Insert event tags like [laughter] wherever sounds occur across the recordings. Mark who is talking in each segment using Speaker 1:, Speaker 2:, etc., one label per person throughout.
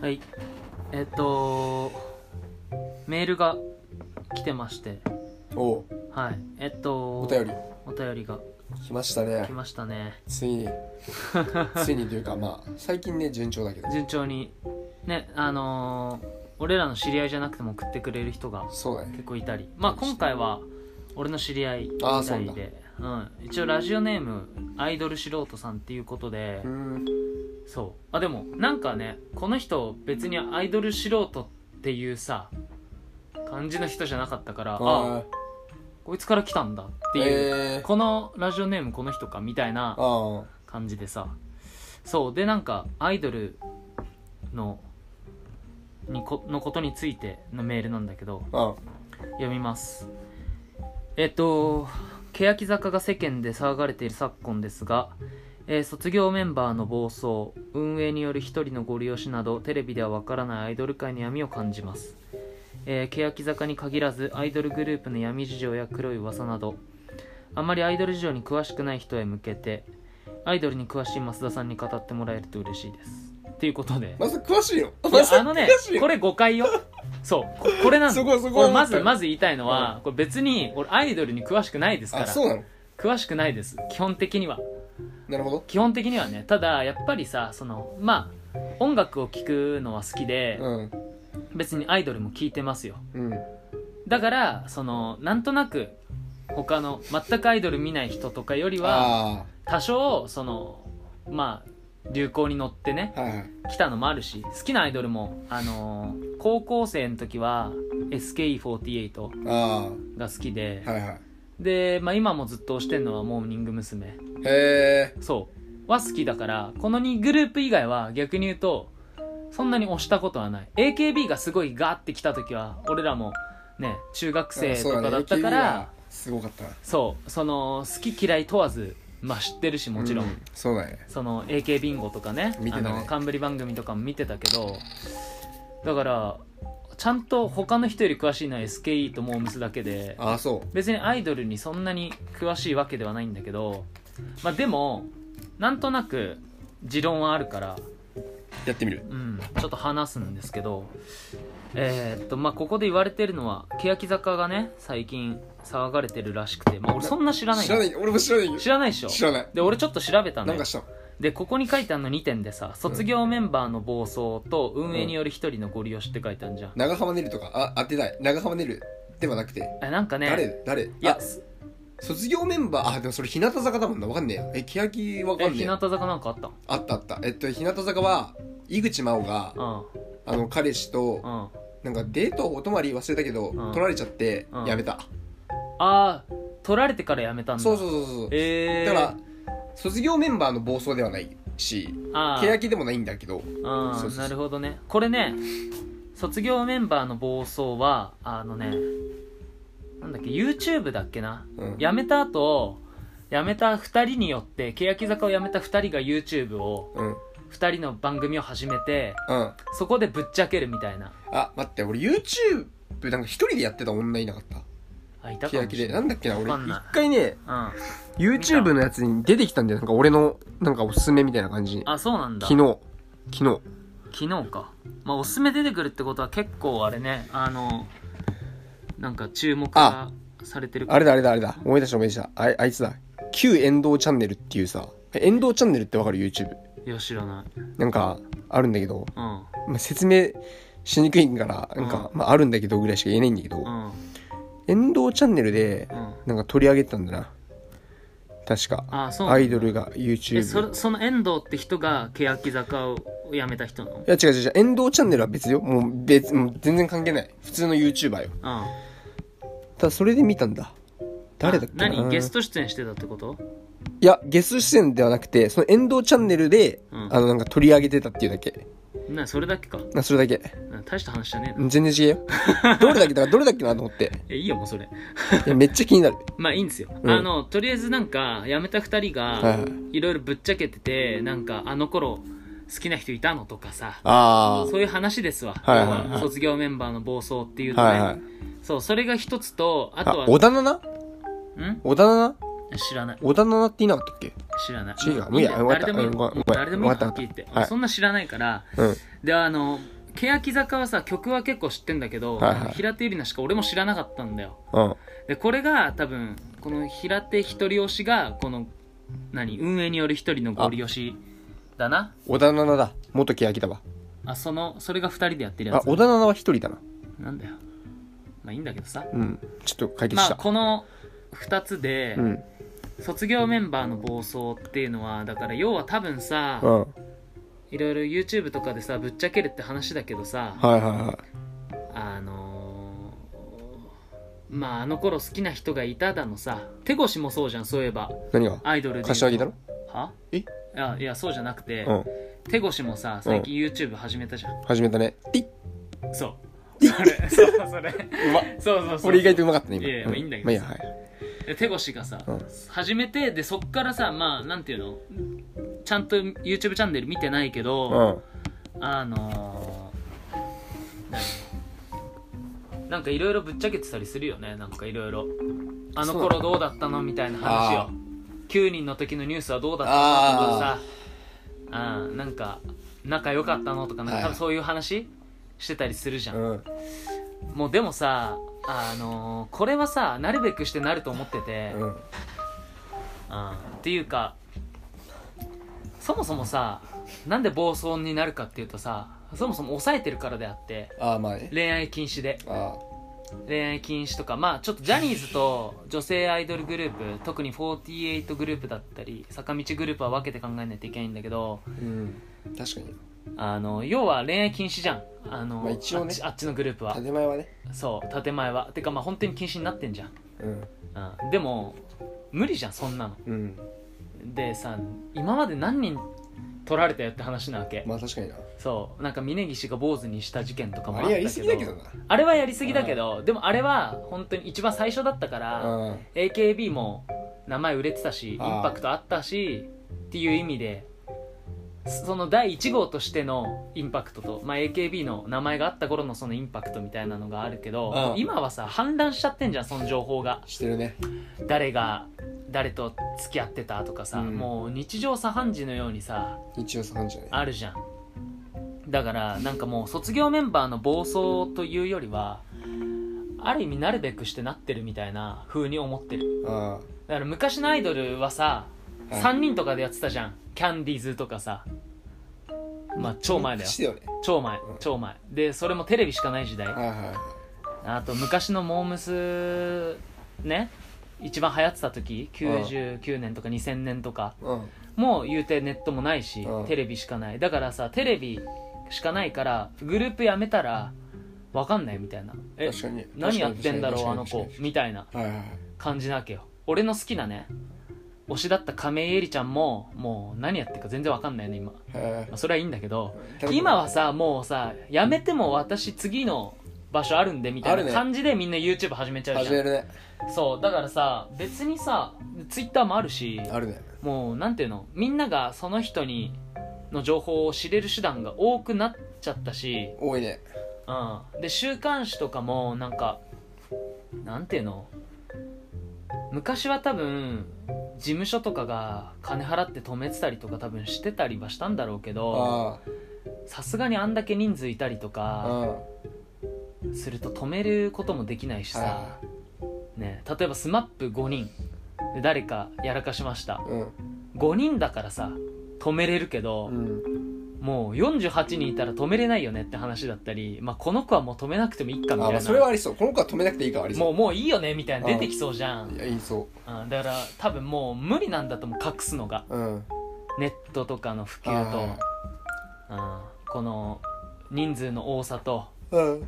Speaker 1: はいえっとメールが来てまして
Speaker 2: おう
Speaker 1: はいえっと
Speaker 2: お便り
Speaker 1: お便りが
Speaker 2: 来ましたね
Speaker 1: 来ましたね
Speaker 2: つ
Speaker 1: [laughs]
Speaker 2: いについにというかまあ最近ね順調だけど
Speaker 1: 順調にねあのー俺らの知り合いじゃなくても送ってくれる人が
Speaker 2: そうだね
Speaker 1: 結構いたりまあ今回は俺の知り合いみ
Speaker 2: あー
Speaker 1: たいでう、ん、一応ラジオネームアイドル素人さんっていうことで
Speaker 2: うーん
Speaker 1: そうあでもなんかねこの人別にアイドル素人っていうさ感じの人じゃなかったからあ
Speaker 2: あー
Speaker 1: こいつから来たんだっていう、
Speaker 2: えー、
Speaker 1: このラジオネームこの人かみたいな
Speaker 2: あ
Speaker 1: 感じでさそうでなんかアイドルのにこのことについてのメールなんだけど
Speaker 2: ああ
Speaker 1: 読みますえっと欅坂が世間で騒がれている昨今ですが、えー卒業メンバーの暴走運営による一人のご利用しなどテレビではわからないアイドル界の闇を感じます、えー、欅坂に限らずアイドルグループの闇事情や黒い噂などあまりアイドル事情に詳しくない人へ向けてアイドルに詳しい増田さんに語ってもらえると嬉しいですっていうこと
Speaker 2: [laughs]
Speaker 1: で
Speaker 2: まず詳しいよ
Speaker 1: いや
Speaker 2: まず
Speaker 1: あのね
Speaker 2: 詳しいよ
Speaker 1: これ誤解よそうここれなん
Speaker 2: そ
Speaker 1: で
Speaker 2: こそこ
Speaker 1: 俺まず
Speaker 2: 思った
Speaker 1: まず言いたいのは、これ別に俺アイドルに詳しくないですか
Speaker 2: あ
Speaker 1: ら
Speaker 2: そうなの
Speaker 1: 詳しくないです基本的には
Speaker 2: なるほど
Speaker 1: 基本的にはねただやっぱりさそのまあ音楽を聴くのは好きで、
Speaker 2: うん
Speaker 1: 別にアイドルも聴いてますよ
Speaker 2: うん
Speaker 1: だからそのなんとなく他の全くアイドル見ない人とかよりは
Speaker 2: あ
Speaker 1: 多少そのまあ流行に乗ってね
Speaker 2: あはいはい
Speaker 1: 来たのもあるし好きなアイドルも、あのー高校生の時は SKE48
Speaker 2: あ
Speaker 1: が好きで、
Speaker 2: あはいはい
Speaker 1: で、まあ、今もずっと推してんのはモーニング娘。
Speaker 2: へえ
Speaker 1: そうは好きだからこの2グループ以外は逆に言うとそんなに推したことはない AKB がすごいガーって来た時は俺らもね中学生とかだったからそう,、
Speaker 2: すごかったな
Speaker 1: その好き嫌い問わず、まあ、知ってるしもちろ
Speaker 2: うんそうだね
Speaker 1: その AK ビンゴとかね
Speaker 2: 見てたね
Speaker 1: あの冠番組とかも見てたけどだからちゃんと他の人より詳しいのは SKE とモームスだけで
Speaker 2: ああそう
Speaker 1: 別にアイドルにそんなに詳しいわけではないんだけど、まあ、でもなんとなく持論はあるから、
Speaker 2: やってみる
Speaker 1: うん、ちょっと話すんですけどえーっとまあここで言われてるのは欅坂がね最近騒がれてるらしくて、まあ、俺そんな知らない
Speaker 2: 知らない俺も知らないけ
Speaker 1: 知らないでしょ
Speaker 2: ど知らない
Speaker 1: で俺ちょっと調べたの
Speaker 2: なん
Speaker 1: よ
Speaker 2: かしたの
Speaker 1: でここに書いてあるの2点でさ卒業メンバーの暴走と運営による一人のご利用しって書いてあるじゃん、
Speaker 2: 長浜ねるとかあ当てない長浜ねるではなくて
Speaker 1: えなんかね
Speaker 2: 誰誰い
Speaker 1: いやす
Speaker 2: 卒業メンバーあでもそれ日向坂だもんなわかんねえやえ欅わか
Speaker 1: え
Speaker 2: んね
Speaker 1: 日
Speaker 2: え
Speaker 1: 向坂なんかあった
Speaker 2: あったあったえっと日向坂は井口真央が
Speaker 1: う
Speaker 2: あの彼氏と
Speaker 1: んうん
Speaker 2: なんかデートお泊まり忘れたけど
Speaker 1: ん
Speaker 2: 取られちゃって
Speaker 1: うん
Speaker 2: やめた
Speaker 1: あー取られてからやめたんだ
Speaker 2: そうそう
Speaker 1: う
Speaker 2: そうそう
Speaker 1: え
Speaker 2: だ
Speaker 1: ー、
Speaker 2: から卒業メンバーの暴走ではないし
Speaker 1: あー
Speaker 2: 欅でもないんだけど
Speaker 1: うん
Speaker 2: そうそうそう
Speaker 1: なるほどねこれね卒業メンバーの暴走はあのねなんだっけ YouTube だっけな
Speaker 2: うん
Speaker 1: 辞めた後辞めた2人によって欅坂を辞めた2人が YouTube を
Speaker 2: うん
Speaker 1: 2人の番組を始めて
Speaker 2: うん
Speaker 1: そこでぶっちゃけるみたいな
Speaker 2: あ待って俺 YouTube なんか一人でやってた女いなかった
Speaker 1: あいたかも
Speaker 2: 欅
Speaker 1: しれ
Speaker 2: で
Speaker 1: な
Speaker 2: ないんだっけな俺
Speaker 1: わかんない
Speaker 2: 一回ね
Speaker 1: うん、
Speaker 2: YouTube のやつに出てきたんだよなんか俺のなんかおすすめみたいな感じ
Speaker 1: あそうなんだ
Speaker 2: 昨日昨日
Speaker 1: 昨日かまあおすすめ出てくるってことは結構あれねあのなんか注目がされてる
Speaker 2: あれだあれだあれだ思い出した思い出したあいあいつだ旧遠藤チャンネルっていうさ遠藤チャンネルってわかる YouTube
Speaker 1: いや知らない
Speaker 2: なんかあるんだけど、
Speaker 1: うん
Speaker 2: まあ、説明しにくいからなんか、まあ、あるんだけどぐらいしか言えないんだけど、
Speaker 1: うん
Speaker 2: 遠藤チャンネルで
Speaker 1: うん
Speaker 2: なんか取り上げてたんだな確か
Speaker 1: あそうなんだ
Speaker 2: アイドルが
Speaker 1: え
Speaker 2: YouTube
Speaker 1: それその遠藤って人が欅坂を辞めた人なの
Speaker 2: いや違う違う違う、遠藤チャンネルは別よ。もう別、もう全然関係ない。普通の YouTuber よ。
Speaker 1: うん
Speaker 2: ただそれで見たんだ。誰だっけな
Speaker 1: あ何ゲスト出演してたってこと
Speaker 2: いや、ゲスト出演ではなくて、その遠藤チャンネルで、
Speaker 1: うん
Speaker 2: あの、なんか取り上げてたっていうだけ。
Speaker 1: なそれだけか
Speaker 2: な、それだけ。
Speaker 1: うん大した話じゃねえな
Speaker 2: 全然違え
Speaker 1: [laughs]
Speaker 2: よ。どれだけだからどれだっけなと思って。
Speaker 1: えいいよもうそれ
Speaker 2: いや、めっちゃ気になる。
Speaker 1: まあいいんですよ、
Speaker 2: うん
Speaker 1: あのとりあえずなんか辞めた2人
Speaker 2: はい
Speaker 1: が
Speaker 2: はい
Speaker 1: いろいろぶっちゃけててなんかあの頃好きな人いたのとかさ
Speaker 2: あ
Speaker 1: そういう話ですわ、
Speaker 2: はいはいはい
Speaker 1: 要卒業メンバーの暴走っていう
Speaker 2: あ。
Speaker 1: のね、
Speaker 2: はいはい。
Speaker 1: そうそれが一つとあと
Speaker 2: あ
Speaker 1: は、
Speaker 2: 小田七
Speaker 1: ん
Speaker 2: 小田七
Speaker 1: 知らない
Speaker 2: 小田七って言いなかったっけ
Speaker 1: 知らない
Speaker 2: 違う
Speaker 1: も
Speaker 2: もういいや
Speaker 1: んだよ
Speaker 2: わか
Speaker 1: 誰で
Speaker 2: った
Speaker 1: もいい
Speaker 2: うんごめん
Speaker 1: もう誰でもいい
Speaker 2: わか
Speaker 1: は
Speaker 2: った
Speaker 1: っきり言って、
Speaker 2: はい
Speaker 1: そんな知らないから
Speaker 2: うん。
Speaker 1: であの欅坂はさ曲は結構知ってんだけど、
Speaker 2: はいはい
Speaker 1: 平手友梨奈しか俺も知らなかったんだよ
Speaker 2: うん。
Speaker 1: でこれが多分この平手一人推しがこの何運営による一人のゴリ推しだな
Speaker 2: 小田七だ。元欅だわ。
Speaker 1: あそのそれが二人でやってるや
Speaker 2: あ、
Speaker 1: つ
Speaker 2: 小田七は一人だな。
Speaker 1: なんだよまあいいんだけどさ
Speaker 2: うん。ちょっと解決し
Speaker 1: まあ
Speaker 2: た。
Speaker 1: この2つで、
Speaker 2: うん。
Speaker 1: 卒業メンバーの暴走っていうのはだから要は多分さ、
Speaker 2: うん。はい
Speaker 1: いろいろ YouTube とかでさぶっちゃけるって話だけどさ、
Speaker 2: はいは
Speaker 1: あのーまああの頃好きな人がいただのさ手越もそうじゃんそういえば
Speaker 2: い。何が
Speaker 1: アイドルで言うと
Speaker 2: 柏木だろ
Speaker 1: は
Speaker 2: え
Speaker 1: いやいやそうじゃなくて、
Speaker 2: うん。
Speaker 1: 手越もさ最近 YouTube 始めたじゃん、
Speaker 2: 始めたね。ピッ
Speaker 1: そうそれそうそれ
Speaker 2: うまっ
Speaker 1: そうそうそう
Speaker 2: 俺意外とうまかったね、今。
Speaker 1: いやいや
Speaker 2: う
Speaker 1: まあいいんだけど
Speaker 2: まあいいや、はい。
Speaker 1: で手越がさ、
Speaker 2: うん
Speaker 1: 始めてでそっからさまあなんていうのちゃんと YouTube チャンネル見てないけど、
Speaker 2: うん。
Speaker 1: あのー何なんかいろいろぶっちゃけてたりするよねなんかいろいろあの頃どうだったのみたいな話
Speaker 2: あ
Speaker 1: を9人の時のニュースはどうだったのとかさあーなんか仲良かったのとかなんか
Speaker 2: はい
Speaker 1: 多分そういう話してたりするじゃん、
Speaker 2: うん。
Speaker 1: もうでもさあのーこれはさなるべくしてなると思ってて、
Speaker 2: うん。
Speaker 1: っていうかそもそもさなんで暴走になるかっていうとさそもそも抑えてるからであって
Speaker 2: ああ、まあね。
Speaker 1: 恋愛禁止で
Speaker 2: あ
Speaker 1: 恋愛禁止とかまあちょっとジャニーズと女性アイドルグループ特に48グループだったり坂道グループは分けて考えないといけないんだけど
Speaker 2: あ。うん。確かに。
Speaker 1: あの要は恋愛禁止じゃんあの、
Speaker 2: まあ一応ね
Speaker 1: っちあっちのグループは
Speaker 2: 建前はね。
Speaker 1: そう建前はてかまあ本当に禁止になってんじゃん、
Speaker 2: うん。
Speaker 1: うん、でも無理じゃんそんなの
Speaker 2: うん。
Speaker 1: でさ今まで何人取られたよって話なわけ、
Speaker 2: まあ確かにな。
Speaker 1: そうなんか峯岸が坊主にした事件とかもあ
Speaker 2: あ
Speaker 1: ったけど
Speaker 2: れやりすぎだけどな。
Speaker 1: あれはやりすぎだけどでもあれは本当に一番最初だったから
Speaker 2: うん。
Speaker 1: AKB も名前売れてたしイン
Speaker 2: あー
Speaker 1: パクトあったしっていう意味でその第1号としてのインパクトと、まあ、AKB の名前があった頃のそのインパクトみたいなのがあるけど
Speaker 2: うん
Speaker 1: 今はさ氾濫しちゃってんじゃんその情報が
Speaker 2: してるね。
Speaker 1: 誰が誰と付き合ってたとかさ、
Speaker 2: うん
Speaker 1: もう日常茶飯事のようにさ
Speaker 2: 一応そんじゃね。
Speaker 1: あるじゃんだからなんかもう卒業メンバーの暴走というよりはある意味なるべくしてなってるみたいな風に思ってる
Speaker 2: あ
Speaker 1: だから昔のアイドルはさ、
Speaker 2: はい
Speaker 1: 3人とかでやってたじゃんキャンディーズとかさまあ超前だよ
Speaker 2: してよね。
Speaker 1: 超前超前でそれもテレビしかない時代
Speaker 2: はいはいはい。
Speaker 1: あと昔のモームスね一番流行ってた時99年とか2000年とか
Speaker 2: うん。
Speaker 1: もう言うてネットもないし、
Speaker 2: うん
Speaker 1: テレビしかないだからさテレビしかないからグループやめたらわかんないみたいなえ
Speaker 2: 確かに
Speaker 1: 何やってんだろうあの
Speaker 2: 確かに
Speaker 1: 子
Speaker 2: 確か
Speaker 1: みたいな
Speaker 2: はいはいはい。
Speaker 1: 感じなわけよ俺の好きなね推しだった亀井絵里ちゃんももう何やってるか全然わかんないね今、ま
Speaker 2: へ
Speaker 1: あそれはいいんだけど
Speaker 2: え
Speaker 1: 今はさもうさやめても私次の場所あるんでみた
Speaker 2: あ
Speaker 1: い
Speaker 2: る
Speaker 1: な
Speaker 2: ね
Speaker 1: 感じでみんな YouTube 始めちゃうじ
Speaker 2: 始
Speaker 1: ゃ
Speaker 2: め
Speaker 1: ん
Speaker 2: るね
Speaker 1: そうだからさ別にさ Twitter もあるし
Speaker 2: あるね
Speaker 1: もうなんていうのみんながその人にの情報を知れる手段が多くなっちゃったし、
Speaker 2: 多いね
Speaker 1: うん、で週刊誌とかもなんかなんていうの昔は多分事務所とかが金払って止めてたりとか多分してたりはしたんだろうけど
Speaker 2: あ
Speaker 1: さすがにあんだけ人数いたりと
Speaker 2: あ
Speaker 1: か
Speaker 2: うん
Speaker 1: すると止めることもできないしさ
Speaker 2: あ、
Speaker 1: ね、例えば SMAP5 人で誰かやらかしました
Speaker 2: あうん
Speaker 1: 5人だからさ止めれるけど、
Speaker 2: うん
Speaker 1: もう48人いたら止めれないよねって話だったり、まあ、この子はもう止めなくてもいいか
Speaker 2: あ
Speaker 1: みたい
Speaker 2: ま
Speaker 1: な
Speaker 2: あそれはありそうこの子は止めなくていいからあり
Speaker 1: も
Speaker 2: そう
Speaker 1: もういいよねみたいな出てきそうじゃ、
Speaker 2: うんいやいいそ
Speaker 1: うん、だから多分もう無理なんだと思う隠すのが
Speaker 2: ううん
Speaker 1: ネットとかの普及と
Speaker 2: あ、
Speaker 1: うん、この人数の多さと
Speaker 2: あうん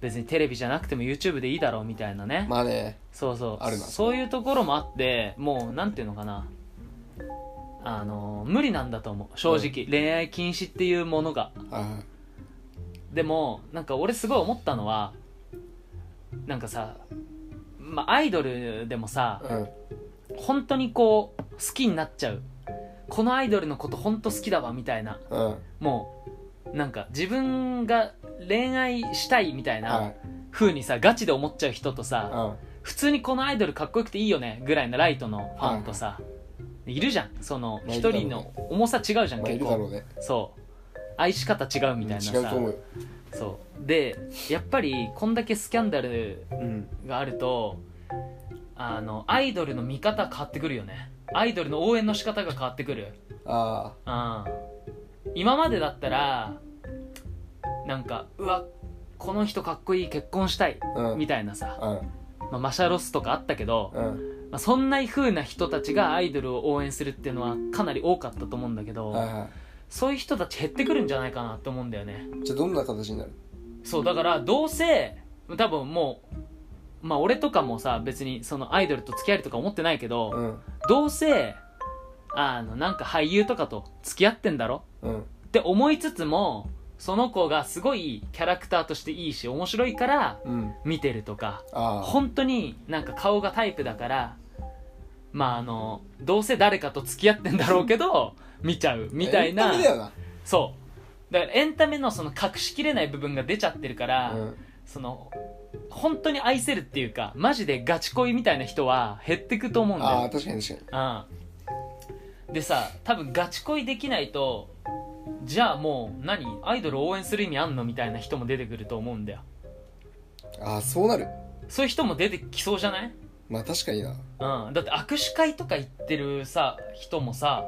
Speaker 1: 別にテレビじゃなくても YouTube でいいだろうみたいなね、
Speaker 2: まあね
Speaker 1: そうそう
Speaker 2: あるな
Speaker 1: そういうところもあってもうなんていうのかなあの無理なんだと思う正直、恋愛禁止っていうものが
Speaker 2: はいはい
Speaker 1: でもなんか俺すごい思ったのはなんかさ、まあ、アイドルでもさ
Speaker 2: うん
Speaker 1: 本当にこう好きになっちゃうこのアイドルのこと本当好きだわみたいな
Speaker 2: うん
Speaker 1: もうなんか自分が恋愛したいみたい
Speaker 2: は
Speaker 1: ない風にさガチで思っちゃう人とさ
Speaker 2: うん
Speaker 1: 普通にこのアイドルかっこよくていいよねぐらいのライトのファンとさいるじゃんその
Speaker 2: まあい
Speaker 1: 一
Speaker 2: るだろうね
Speaker 1: 人の重さ違うじゃん
Speaker 2: まあ
Speaker 1: 結
Speaker 2: いるだ
Speaker 1: 構
Speaker 2: ろうね
Speaker 1: そ愛し方違うみたいな
Speaker 2: 違うと
Speaker 1: さ
Speaker 2: 思うよ
Speaker 1: そうでやっぱりこんだけスキャンダル
Speaker 2: うん
Speaker 1: があるとあのアイドルの見方変わってくるよねアイドルの応援の仕方が変わってくる
Speaker 2: あ
Speaker 1: うん今までだったらなんかうわこの人かっこいい結婚したい
Speaker 2: あうん
Speaker 1: みたいなさ、
Speaker 2: うん
Speaker 1: まあ、マシャロスとかあったけど、
Speaker 2: うん
Speaker 1: まあ、そんな風な人たちがアイドルを応援するっていうのはかなり多かったと思うんだけど、
Speaker 2: はいは
Speaker 1: そういう人たち減ってくるんじゃないかなって思うんだよね
Speaker 2: いじゃあどんな形になる
Speaker 1: そうだからどうせ多分もうまあ俺とかもさ別にそのアイドルと付き合えるとか思ってないけど、
Speaker 2: うん
Speaker 1: どうせあのなんか俳優とかと付き合ってんだろ
Speaker 2: うん
Speaker 1: って思いつつもその子がすごいキャラクターとしていいし面白いから
Speaker 2: うん
Speaker 1: 見てるとか
Speaker 2: あ
Speaker 1: 本当になんか顔がタイプだからまああのどうせ誰かと付き合ってんだろうけど見ちゃう
Speaker 2: あ
Speaker 1: みたいな
Speaker 2: エンタメだよな
Speaker 1: そうだからエンタメのその隠しきれない部分が出ちゃってるから、
Speaker 2: うん
Speaker 1: その本当に愛せるっていうかマジでガチ恋みたいな人は減ってくと思うんだよ
Speaker 2: ああ確かに確か
Speaker 1: うんでさ多分ガチ恋できないとじゃあもう何アイドル応援する意味あんのみたいな人も出てくると思うんだよ
Speaker 2: にああそうなる
Speaker 1: そういう人も出てきそうじゃない
Speaker 2: まあ確かにな
Speaker 1: うん、だって握手会とか行ってるさ人もさ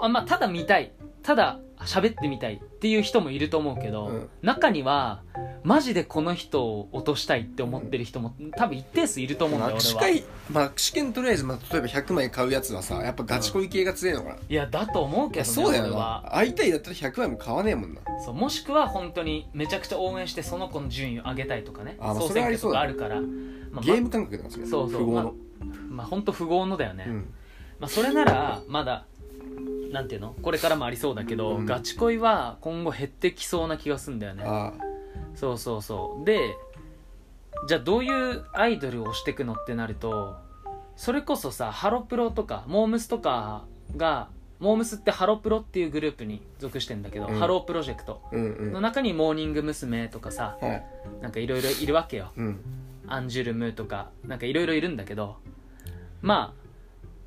Speaker 1: あ、まあ、ただ見たいただ喋ってみたいっていう人もいると思うけど、
Speaker 2: うん
Speaker 1: 中にはマジでこの人を落としたいって思ってる人も多分一定数いると思うんだよ俺
Speaker 2: 握手
Speaker 1: は
Speaker 2: 会まあ試験とりあえず、まあ、例えば100枚買うやつはさやっぱガチ恋系が強いのかな、
Speaker 1: いやだと思うけどね
Speaker 2: そうだよ
Speaker 1: 俺は
Speaker 2: な会いたいだったら100枚も買わねえもんな
Speaker 1: そうもしくは本当にめちゃくちゃ応援してその子の順位を上げたいとかね
Speaker 2: あまあ
Speaker 1: 総
Speaker 2: それ
Speaker 1: 選
Speaker 2: はあり
Speaker 1: 挙とか
Speaker 2: そうだ
Speaker 1: あ
Speaker 2: ね
Speaker 1: るから、まあ、
Speaker 2: ゲーム感覚なんですよ
Speaker 1: そうそう
Speaker 2: 富豪
Speaker 1: ま
Speaker 2: の、
Speaker 1: まあ本当富豪のだよね、
Speaker 2: うん
Speaker 1: まあ、それならまだなんていうのこれからもありそうだけど、
Speaker 2: うん
Speaker 1: ガチ恋は今後減ってきそうな気がすんだよね
Speaker 2: あ
Speaker 1: そうそうそうでじゃあどういうアイドルを推してくのってなるとそれこそさハロプロとかモームスとかがモームスってハロプロっていうグループに属してんだけど、
Speaker 2: うん
Speaker 1: ハロープロジェクト
Speaker 2: あうんうん
Speaker 1: の中にモーニング娘。とかさ
Speaker 2: はい
Speaker 1: なんかいろいろいるわけよ
Speaker 2: うん
Speaker 1: アンジュルムとかなんかいろいろいるんだけどまあ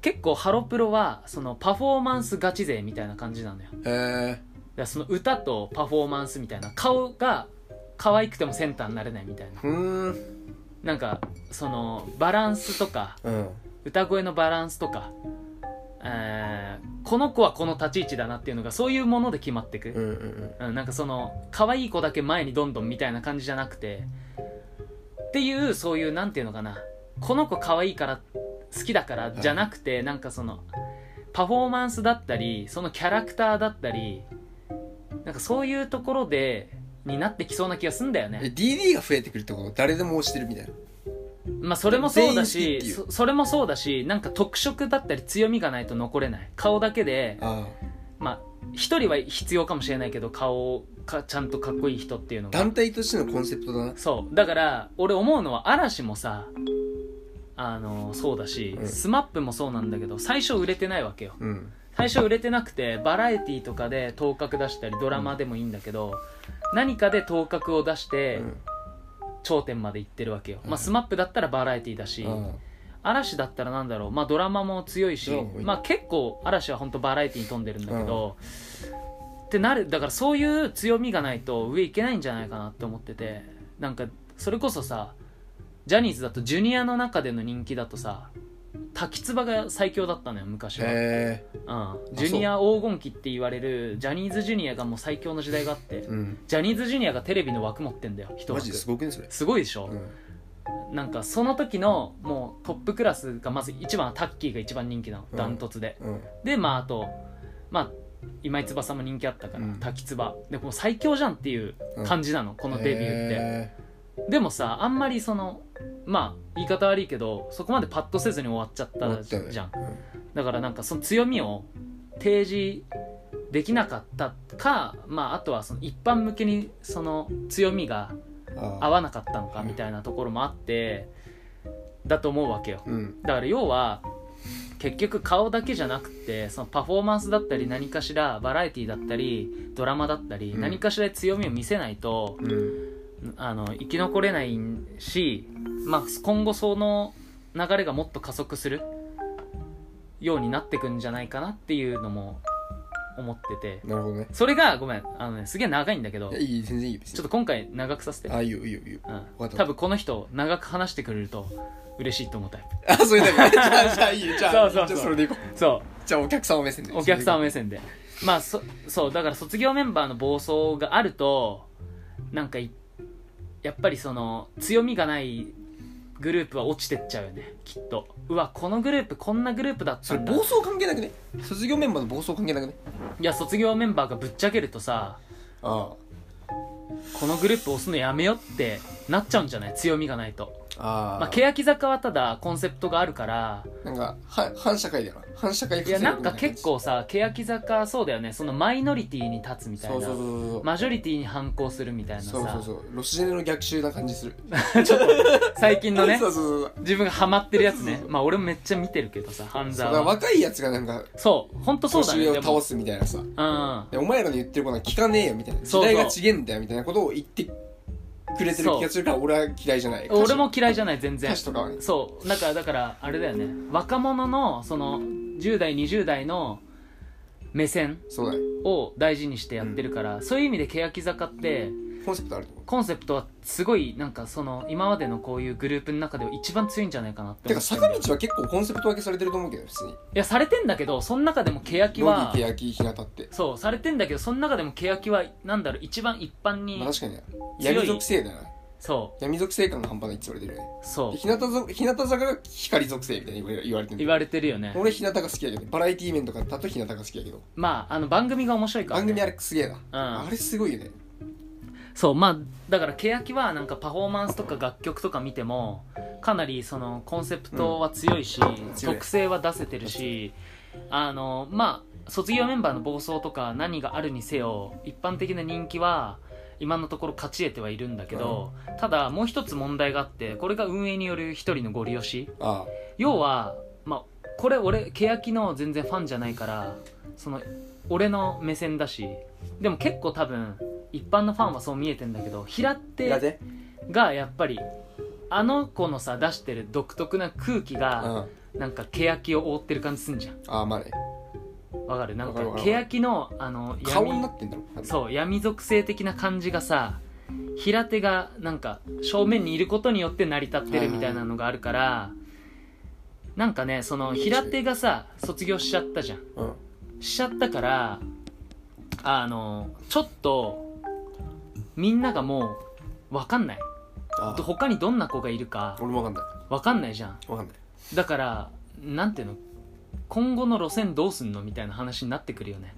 Speaker 1: 結構ハロプロはそのパフォーマンスガチ勢みたいな感じなのよだか
Speaker 2: へえ
Speaker 1: らその歌とパフォーマンスみたいな顔が可愛くてもセンターになれないみたいな
Speaker 2: ふーん
Speaker 1: なんかそのバランスとか
Speaker 2: うん
Speaker 1: 歌声のバランスとか、えーこの子はこの立ち位置だなっていうのがそういうもので決まってく
Speaker 2: うんうんうん
Speaker 1: うん、なんかその可愛い子だけ前にどんどんみたいな感じじゃなくてっていうそういうなんていうのかなこの子可愛いから好きだからじゃなくて、なんかそのパフォーマンスだったりそのキャラクターだったりなんかそういうところでになってきそうな気がすんだよ
Speaker 2: え
Speaker 1: ね
Speaker 2: DD が増えてくるってこと誰でも推してるみたいな
Speaker 1: まあそれもそうだ
Speaker 2: 全員好
Speaker 1: し
Speaker 2: きってい
Speaker 1: そそれもそうだしなんか特色だったり強みがないと残れない顔だけで
Speaker 2: あ
Speaker 1: まあ一人は必要かもしれないけど顔かちゃんとかっこいい人っていうの
Speaker 2: あ
Speaker 1: が
Speaker 2: 団体としてのコンセプトだな
Speaker 1: そうだから俺思うのは嵐もさあのそうだし、
Speaker 2: うん
Speaker 1: スマップもそうなんだけど最初売れてないわけよ
Speaker 2: うん
Speaker 1: 最初売れてなくてバラエティーとかで頭角出したりドラマでもいいんだけど、何かで頭角を出し
Speaker 2: う
Speaker 1: て
Speaker 2: ん
Speaker 1: 頂点まで行ってるわけよ、
Speaker 2: うん
Speaker 1: まあスマップだったらバラエティーだし、
Speaker 2: あ
Speaker 1: 嵐だったらなんだろう、まあ、ドラマも強いし
Speaker 2: ドラマも多、い
Speaker 1: まあ、結構嵐は本当バラエティに富んでるんだけど、ってなるだからそういう強みがないと上いけないんじゃないかなって思っててなんかそれこそさジャニーズだとジュニアの中での人気だとさ滝つばが最強だったのよ昔
Speaker 2: あ
Speaker 1: は、
Speaker 2: へえ
Speaker 1: うん、ジュニア黄金期って言われるジャニーズジュニアがもう最強の時代があって
Speaker 2: うん
Speaker 1: ジャニーズジュニアがテレビの枠持ってんだよ一
Speaker 2: マ
Speaker 1: 枠
Speaker 2: ジですごくねそれ
Speaker 1: すごいでしょ、
Speaker 2: うん
Speaker 1: なんかその時のもうトップクラスがまず一番はタッキーが一番人気なの
Speaker 2: うん
Speaker 1: ダントツで、
Speaker 2: うん
Speaker 1: でまああとまあ今井翼も人気あったから、
Speaker 2: うん
Speaker 1: 滝翼でもう最強じゃんっていう感じなの、このデビューって、
Speaker 2: へ
Speaker 1: でもさあんまりそのまあ言い方悪いけどそこまでパッとせずに終わっちゃっ
Speaker 2: え思
Speaker 1: た
Speaker 2: ったよね
Speaker 1: じゃん
Speaker 2: うん
Speaker 1: だからなんかその強みを提示できなかったか、まあ、あとはその一般向けにその強みが
Speaker 2: あ
Speaker 1: 合わなかったのかみたいなところもあってだと思うわけよ
Speaker 2: うん
Speaker 1: だから要は結局顔だけじゃなくてそのパフォーマンスだったり何かしらバラエティだったりドラマだったり
Speaker 2: うん
Speaker 1: 何かしらで強みを見せないと、
Speaker 2: うん
Speaker 1: あの生き残れないし、まあ、今後その流れがもっと加速するようになってくんじゃないかなっていうのも思ってて
Speaker 2: なるほどね
Speaker 1: それがごめんあのねすげえ長いんだけど
Speaker 2: いや
Speaker 1: ち
Speaker 2: いい全然いいよ別
Speaker 1: ょっ
Speaker 2: に
Speaker 1: と今回長くさせて、
Speaker 2: あいいよいいよいいよ
Speaker 1: う
Speaker 2: わか
Speaker 1: ん、
Speaker 2: った
Speaker 1: 多分この人長く話してくれると嬉しいと思うタイプ
Speaker 2: あそういうタイプね [laughs] じゃあじゃあいいよじゃあ
Speaker 1: そうそうそう
Speaker 2: じゃあそれでいこう
Speaker 1: そう
Speaker 2: じゃあお客様目 [laughs] 線で
Speaker 1: お客様
Speaker 2: 目
Speaker 1: 目線でまあそそうだから卒業メンバーの暴走があるとなんかいやっぱりその強みがないグループは落ちてっちゃうよねきっとうわこのグループこんなグループだっ
Speaker 2: そ
Speaker 1: た
Speaker 2: れ
Speaker 1: んだ
Speaker 2: 暴走関係なくね卒業メンバーの暴走関係なくね
Speaker 1: いや卒業メンバーがぶっちゃけるとさ
Speaker 2: あ
Speaker 1: このグループ押すのやめよってなっちゃうんじゃない強みがないと
Speaker 2: あああ
Speaker 1: まあ欅坂はただコンセプトがあるから
Speaker 2: なんかは反社会だよな反社会
Speaker 1: いやなんか結構さ欅坂そうだよねそのマイノリティに立つみたい
Speaker 2: そ
Speaker 1: な
Speaker 2: うそうそうそう、
Speaker 1: マジョリティに反抗するみたいなさ
Speaker 2: そうそうそうロシジェネの逆襲な感じする
Speaker 1: ちょっと最近のね
Speaker 2: [laughs] そうそうそう
Speaker 1: 自分がハマってるやつねまあ俺もめっちゃ見てるけどさ半
Speaker 2: そう
Speaker 1: 沢
Speaker 2: だから
Speaker 1: は
Speaker 2: 若いやつがなんか
Speaker 1: そうほんとそうだ
Speaker 2: 年
Speaker 1: ね
Speaker 2: 上を
Speaker 1: で
Speaker 2: 倒
Speaker 1: も
Speaker 2: すみたいなさ
Speaker 1: うん
Speaker 2: でお前らの言ってることは聞かねえよみたいな時
Speaker 1: そうそう
Speaker 2: 代が違えんだよみたいなことを言ってくれてる気がするから俺は嫌いじゃない
Speaker 1: 俺も嫌いじゃない全然
Speaker 2: 歌詞とかはね
Speaker 1: そうだからだからあれだよね若者のその10代20代の目線
Speaker 2: そうだね
Speaker 1: を大事にしてやってるから、そういう意味で欅坂って
Speaker 2: コンセプトあると思う
Speaker 1: コンセプトはすごいなんかその今までのこういうグループの中では一番強いんじゃないかなって
Speaker 2: て
Speaker 1: 思
Speaker 2: か
Speaker 1: って
Speaker 2: 坂道は結構コンセプト分けされてると思うけど普通に
Speaker 1: いやされてんだけどその中でも欅
Speaker 2: 乃
Speaker 1: は
Speaker 2: 木欅日向って
Speaker 1: そうされてんだけどその中でも欅はなんだろう一番一般に
Speaker 2: まあ確かにね
Speaker 1: 強い
Speaker 2: 闇属性だよな
Speaker 1: そ
Speaker 2: 闇属性感が半端ないって言われてるよね
Speaker 1: うそ
Speaker 2: で日向ぞ日向坂が光属性みたいに言われ言われて
Speaker 1: う
Speaker 2: る
Speaker 1: 言われてるよね
Speaker 2: 俺日向が好きやけどバラエティー面とかだと日向が好きやけど
Speaker 1: まああの番組が面白いから、ね、
Speaker 2: 番組あれすげえな、
Speaker 1: ん
Speaker 2: あれすごいよね
Speaker 1: そうまあだから欅はなんかパフォーマンスとか楽曲とか見てもかなりそのコンセプトは強いし、
Speaker 2: 強い
Speaker 1: 特性は出せてるしあのまあ卒業メンバーの暴走とか何があるにせよ一般的な人気は今のところ勝ち得てはいるんだけど、ただもう一つ問題があってこれが運営による一人のご利用し
Speaker 2: あ
Speaker 1: 要は、まあ、これ俺欅の全然ファンじゃないからその俺の目線だしでも結構多分一般のファンはそう見えてんだけど平
Speaker 2: あや
Speaker 1: 手
Speaker 2: で
Speaker 1: がやっぱりあの子のさ出してる独特な空気
Speaker 2: うん
Speaker 1: が
Speaker 2: あ
Speaker 1: なんか欅を覆ってる感じすんじゃ
Speaker 2: あまあね
Speaker 1: んわかるなんか
Speaker 2: わかるわかる
Speaker 1: 欅のあの
Speaker 2: 顔に
Speaker 1: 闇
Speaker 2: なってんだろ
Speaker 1: そう闇属性的な感じがさ平手がなんか正面にいることによって成り立ってるみたいなのがあるからなんかねその平手がさ卒業しちゃったじゃん
Speaker 2: う、うん、
Speaker 1: しちゃったからあのちょっとみんながもう分かんない
Speaker 2: ああ
Speaker 1: 他にどんな子がいるか
Speaker 2: 俺もわかんない
Speaker 1: 分かんないじゃん
Speaker 2: わかんない
Speaker 1: だからなんていうの今後の路線どうすんのみたいな話になってくるよね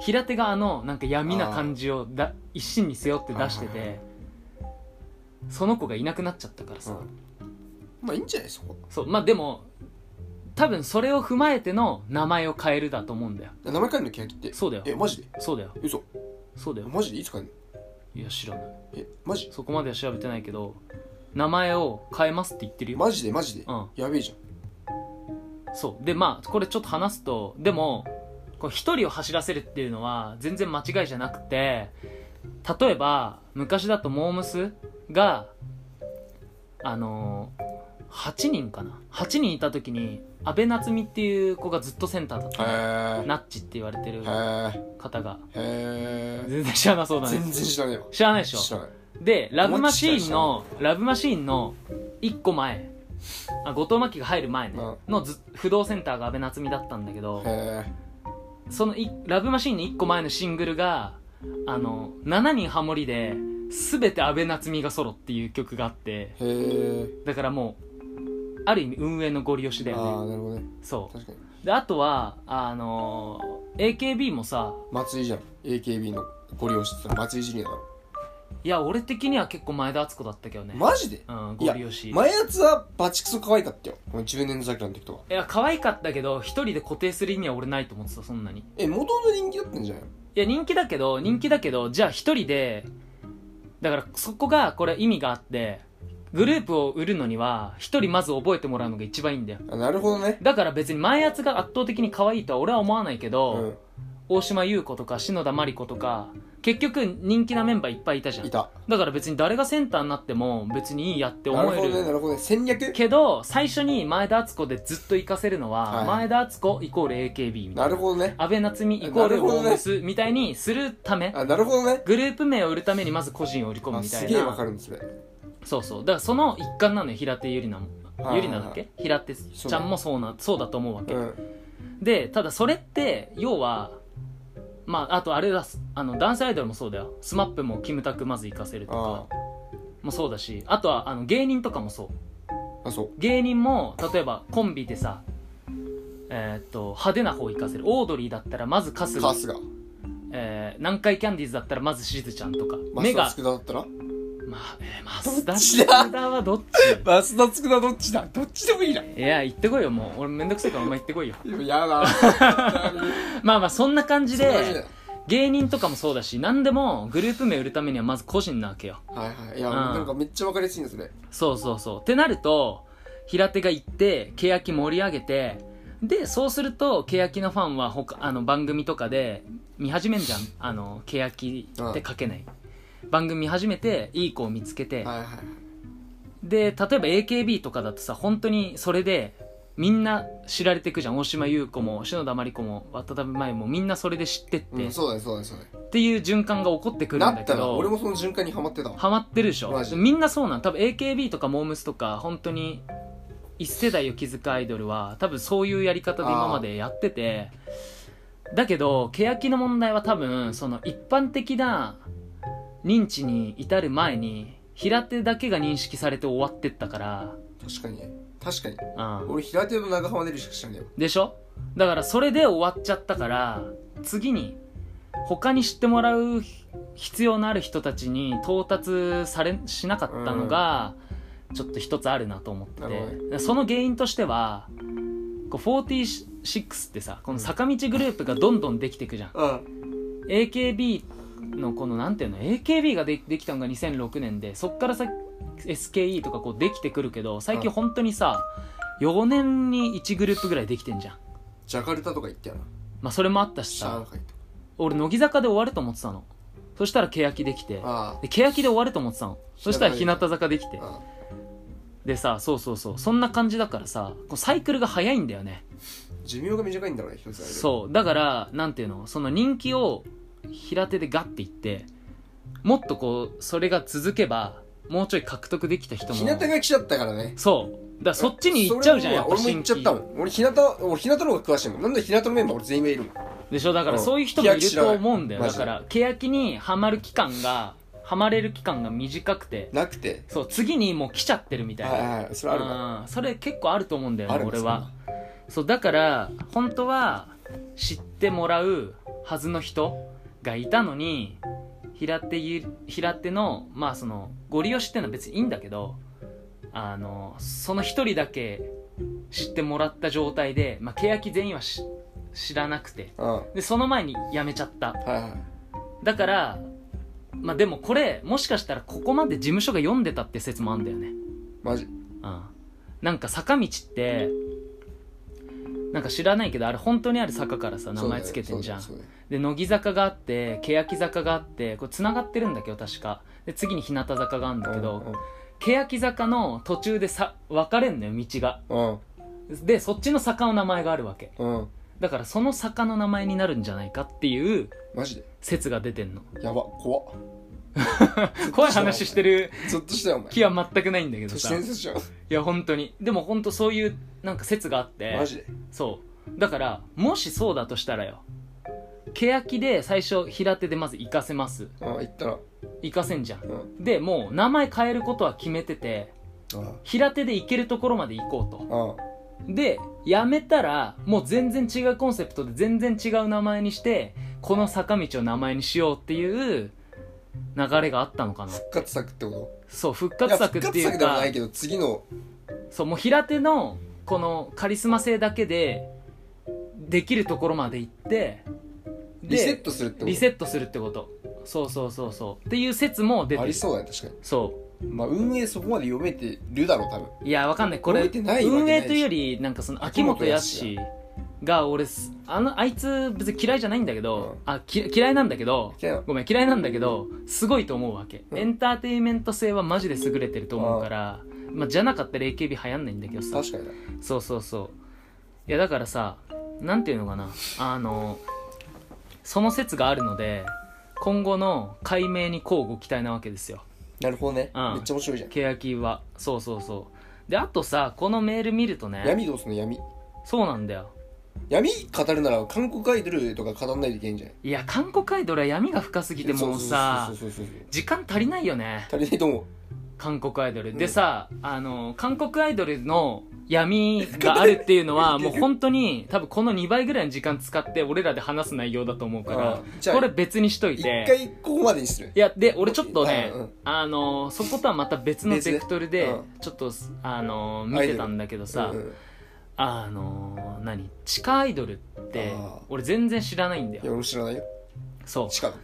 Speaker 1: 平手があのなんか闇な感じをだ一身に背負って出して
Speaker 2: はいはい
Speaker 1: てその子がいなくなっちゃったからさ、
Speaker 2: うんまあいいんじゃないそこ
Speaker 1: そうまあでも多分それを踏まえての名前を変えるだと思うんだよ
Speaker 2: 名前変えるの欅って
Speaker 1: そうだよ
Speaker 2: えマジで
Speaker 1: そうだよ
Speaker 2: 嘘
Speaker 1: そうだよ
Speaker 2: マジでいつ変える
Speaker 1: いや知らない
Speaker 2: のえマジ
Speaker 1: そこまでは調べてないけど名前を変えますって言ってるよ、
Speaker 2: マジでマジで、
Speaker 1: うん
Speaker 2: やべえじ
Speaker 1: そうでまあこれちょっと話すとでもこう一人を走らせるっていうのは全然間違いじゃなくて例えば昔だとモームスがあのー、8人かな8人いた時に阿部夏実っていう子がずっとセンターだった
Speaker 2: ゃん
Speaker 1: の
Speaker 2: へ
Speaker 1: ナッチって言われてる
Speaker 2: えへ
Speaker 1: 方が
Speaker 2: えへえ
Speaker 1: 全然知らなそうだね
Speaker 2: 全然知らねえわ
Speaker 1: 知らないでしょ
Speaker 2: 知らない
Speaker 1: でラブマシーンのラブマシーンの1個前あ後藤真希が入る前ね、
Speaker 2: う
Speaker 1: のず不動センターが阿部夏実だったんだけど、
Speaker 2: へ
Speaker 1: そのいラブマシーンの1個前のシングルがあの7人ハモリで全て阿部夏実がソロっていう曲があって
Speaker 2: えへえ
Speaker 1: だからもうある意味運営のゴリ押しだ
Speaker 2: あ
Speaker 1: よ
Speaker 2: あ
Speaker 1: ね
Speaker 2: なるほどね
Speaker 1: そ
Speaker 2: 確かに
Speaker 1: うであとはあの AKB もさ
Speaker 2: 松井じゃん AKB のご利用してた松井ジュニアだろ
Speaker 1: いや俺的には結構前田敦子だったけどね、
Speaker 2: マジで
Speaker 1: うん
Speaker 2: い
Speaker 1: ゴ
Speaker 2: や
Speaker 1: リ押し
Speaker 2: 前やつはバチクソ可愛かったよこの10年桜の時とか
Speaker 1: いや可愛かったけど一人で固定する意味は俺ないと思ってたそんなにい
Speaker 2: え元の人気だったんじゃないの
Speaker 1: や人気だけど人気だけどじゃあ一人でだからそこがこれ意味があってグループを売るのには一人まず覚えてもらうのが一番いいんだよ
Speaker 2: あなるほどね
Speaker 1: だから別に前圧が圧倒的に可愛いとは俺は思わないけど、
Speaker 2: うん
Speaker 1: 大島優子とか篠田麻里子とか結局人気なメンバーいっぱいいたじゃん
Speaker 2: いた
Speaker 1: だから別に誰がセンターになっても別にいいやって思
Speaker 2: な
Speaker 1: え
Speaker 2: るほど
Speaker 1: る
Speaker 2: ねなるほどね戦略
Speaker 1: けど最初に前田敦子でずっと行かせるのは、
Speaker 2: はい
Speaker 1: 前田敦子イコール AKB みた
Speaker 2: ないる
Speaker 1: な
Speaker 2: ほどね
Speaker 1: 安倍夏実イコー
Speaker 2: なる
Speaker 1: ル
Speaker 2: ほどね
Speaker 1: 大ムスみたいにするため
Speaker 2: あなるほどね
Speaker 1: グループ名を売るためにまず個人を売り込む
Speaker 2: あ
Speaker 1: みた
Speaker 2: す
Speaker 1: い
Speaker 2: げえわか
Speaker 1: な
Speaker 2: るんですね
Speaker 1: そうそうだからその一環なのよ平手友梨奈も、
Speaker 2: はい
Speaker 1: 友梨奈だっけ平手ちゃんもそうなそうだと思うわけ、
Speaker 2: うん
Speaker 1: でただそれって要はまああとあれだあの男性アイドルもそうだよ SMAP もキムタクまず行かせると
Speaker 2: あ
Speaker 1: かもそうだしあとはあの芸人とかもそう
Speaker 2: あそう
Speaker 1: 芸人も例えばコンビでさえーっと派手な方行かせるオードリーだったらまず春
Speaker 2: カー
Speaker 1: 日、
Speaker 2: スが
Speaker 1: えー、南海キャンディーズだったらまずしずちゃんとか目
Speaker 2: 増田
Speaker 1: が
Speaker 2: 佃だったら
Speaker 1: まあ、えー、増田
Speaker 2: どっちだ
Speaker 1: 福田はどっ
Speaker 2: 増田佃どっちだどっちでもいいな
Speaker 1: ち [laughs] いや行ってこいよもう俺めんどくせえからお前行ってこいよ [laughs]
Speaker 2: やだ
Speaker 1: まあまあそんな感じ
Speaker 2: そんな感じだ
Speaker 1: [laughs] で
Speaker 2: よ
Speaker 1: 芸人とかもそうだし何でもグループ名売るためにはまず個人なわけよ
Speaker 2: はいはいい
Speaker 1: う
Speaker 2: や
Speaker 1: ん
Speaker 2: なんかめっちゃわかりやすいんですね
Speaker 1: そうそうそうってなると平手が行って欅盛り上げてでそうすると欅のファンは他あの番組とかで見始めんじゃんあの欅って書けない、番組見始めていい子を見つけて、
Speaker 2: はいはいはい
Speaker 1: で例えば AKB とかだとさ本当にそれでみんな知られてくじゃん大島優子も篠田麻里子も渡辺麻衣もみんなそれで知ってって、
Speaker 2: うん
Speaker 1: っ
Speaker 2: そうだねそうだねそうだね
Speaker 1: ていう循環が起こってくる
Speaker 2: なん
Speaker 1: だ
Speaker 2: っ
Speaker 1: け
Speaker 2: たら
Speaker 1: ど
Speaker 2: 俺もその循環にはまってたわ
Speaker 1: ハマってるでしょ
Speaker 2: マジ
Speaker 1: みんなそうなん多分 AKB とかモームスとか本当に一世代を築くアイドルは多分そういうやり方で今までやっててだけど欅の問題は多分その一般的な認知に至る前に平手だけが認識されて終わってったか
Speaker 2: 確かにね確かに
Speaker 1: ら、うん、
Speaker 2: 俺平手の長浜ねるしか知らねえよ
Speaker 1: でしょだからそれで終わっちゃったから次に他に知ってもらう必要のある人たちに到達されしなかったのが、ちょっと一つあるなと思って
Speaker 2: なるほ
Speaker 1: てその原因としてはこう46ってさこの坂道グループがどんどんできていくじゃん
Speaker 2: うん
Speaker 1: AKB のこのなんていうの AKB がでできたのが2006年でそっからさ SKE とかこうできてくるけど最近
Speaker 2: うん
Speaker 1: 本当にさ4年に1グループぐらいできてんじゃん
Speaker 2: ジャカルタとか行ったよな
Speaker 1: まあそれもあったし
Speaker 2: 上
Speaker 1: さ
Speaker 2: 海とか
Speaker 1: 俺乃木坂で終わると思ってたのそしたら欅できて
Speaker 2: あ
Speaker 1: で欅で終わると思ってたのそしたら日
Speaker 2: 知
Speaker 1: 向
Speaker 2: らない
Speaker 1: 坂できて
Speaker 2: あ
Speaker 1: でさそうそうそうそんな感じだからさこうサイクルが早いんだよね
Speaker 2: 寿命が短いんだろうね一つあれ
Speaker 1: そうだからなんていうのその人気を平手でガッていってもっとこうそれが続けばもうちょい獲得できた人も
Speaker 2: 日向が来ちゃったからね
Speaker 1: そうだからそっちに行っちゃうじゃん
Speaker 2: それ
Speaker 1: やっ
Speaker 2: も
Speaker 1: ぱ
Speaker 2: 俺も行っちゃったも
Speaker 1: 新
Speaker 2: ん俺日向俺日向の方が詳しいもんなんで日向のメンバー俺全員がいるもん
Speaker 1: 規でしょだから
Speaker 2: うん
Speaker 1: そういう人もいると思うんだよ
Speaker 2: マ
Speaker 1: だ
Speaker 2: ジで
Speaker 1: から欅にはまる期間がはまれる期間が短くて
Speaker 2: なくて
Speaker 1: そう次にもう来ちゃってるみたい
Speaker 2: はい
Speaker 1: な
Speaker 2: はいはいそれあるな
Speaker 1: うんそれ結構あると思うんだよ
Speaker 2: あ
Speaker 1: ね
Speaker 2: る
Speaker 1: 俺はそうだから本当は知ってもらうはずの人がいたのに平手ゆ平手のまあそのご利用しっていうのは別にいいんだけどあのその一人だけ知ってもらった状態で、まあ、欅全員はし知らなくて
Speaker 2: うんは
Speaker 1: でその前に辞めちゃった
Speaker 2: いはい
Speaker 1: だからまあでもこれもしかしたらここまで事務所が読んでたって説もあんだよね
Speaker 2: マジ
Speaker 1: うん、なんか坂道ってなんか知らないけどあれ本当にある坂からさ名前つけてんじゃん、
Speaker 2: そうだよ
Speaker 1: で乃木坂があって欅坂があってこれつながってるんだけど確かで次に日向坂があるんだ
Speaker 2: そう
Speaker 1: け
Speaker 2: だ
Speaker 1: ど、
Speaker 2: よ
Speaker 1: 欅坂の途中でさ分かれんのよ道が
Speaker 2: うん
Speaker 1: でそっちの坂の名前があるわけ
Speaker 2: うんうん
Speaker 1: だからその坂の名前になるんじゃないかっていう
Speaker 2: マジで
Speaker 1: 説が出て
Speaker 2: [laughs]
Speaker 1: んの
Speaker 2: やば怖っ
Speaker 1: 怖い話してる
Speaker 2: ゾッとしたよお
Speaker 1: [laughs]
Speaker 2: 前
Speaker 1: 気は全くないんだけど
Speaker 2: 都市
Speaker 1: さ
Speaker 2: 伝
Speaker 1: い
Speaker 2: 説じゃん
Speaker 1: や本当にでも本当そういうなんか説があって
Speaker 2: マジで
Speaker 1: そうだからもしそうだとしたらよ欅で最初平手でまず行かせます
Speaker 2: うん行ったら
Speaker 1: 行かせんじゃん
Speaker 2: うん
Speaker 1: でもう名前変えることは決めてて
Speaker 2: うん
Speaker 1: 平手で行けるところまで行こう
Speaker 2: う
Speaker 1: と
Speaker 2: ん
Speaker 1: でやめたらもう全然違うコンセプトで全然違う名前にしてこの坂道を名前にしようっていう流れがあったのかな
Speaker 2: 復活作ってこ
Speaker 1: そう復
Speaker 2: と
Speaker 1: 活作って
Speaker 2: いや復
Speaker 1: い
Speaker 2: 活作
Speaker 1: う
Speaker 2: では
Speaker 1: か
Speaker 2: ないけど次の
Speaker 1: そうもう平手のこのカリスマ性だけでできるところまで行ってで
Speaker 2: リセットするってこと
Speaker 1: リセットするってことそうそうそうそうっていう説も出て
Speaker 2: あ
Speaker 1: る
Speaker 2: りそうだね確かに
Speaker 1: そ
Speaker 2: まあ運営そこまで読めてるだろう多分
Speaker 1: ういやわかんないこれ
Speaker 2: 覚えてないわけ
Speaker 1: 運
Speaker 2: ない
Speaker 1: 営というよりなんかその秋元
Speaker 2: 秋元康
Speaker 1: 康が俺すあのあいつ別に嫌いじゃないんだけど、あき嫌いなんだけど
Speaker 2: 嫌いなの
Speaker 1: ごめん嫌いなんだけどすごいと思うわけ、
Speaker 2: うん
Speaker 1: エンターテインメント性はマジで優れてると思うから、まあ、じゃなかったら AKB 流行んないんだけどさ
Speaker 2: 確かにね
Speaker 1: そうそうそういやだからさなんていうのかなあのその説があるので今後の解明に乞うご期待なわけですよ
Speaker 2: なるほどね、
Speaker 1: うん
Speaker 2: めっちゃ面白いじゃん
Speaker 1: 欅はそうそうそうであとさこのメール見るとね
Speaker 2: 闇どうすんの闇
Speaker 1: そうなんだよ
Speaker 2: 闇語るなら韓国アイドルとか語んないといけないんじゃない
Speaker 1: いや韓国アイドルは闇が深すぎてもうさ
Speaker 2: そうそうそうそう
Speaker 1: 時間足りないよね
Speaker 2: そう足りないと思う
Speaker 1: 韓国アイドル、
Speaker 2: うん
Speaker 1: でさあの韓国アイドルの闇があるっていうのはもう本当に多分この2倍ぐらいの時間使って俺らで話す内容だと思うから
Speaker 2: うんじゃあ
Speaker 1: これ別にしとい
Speaker 2: 一
Speaker 1: て
Speaker 2: 回ここまでにする
Speaker 1: いやで俺ちょっとね、
Speaker 2: うんうん
Speaker 1: あのそことはまた別のベクトルで、
Speaker 2: 別でう
Speaker 1: ちょっとあの見てたんだけどさ、
Speaker 2: うんうん
Speaker 1: あの何地下アイドルって
Speaker 2: あー
Speaker 1: 俺全然知らないんだ
Speaker 2: いや
Speaker 1: よ
Speaker 2: 俺も知らないよ
Speaker 1: そう
Speaker 2: 地下の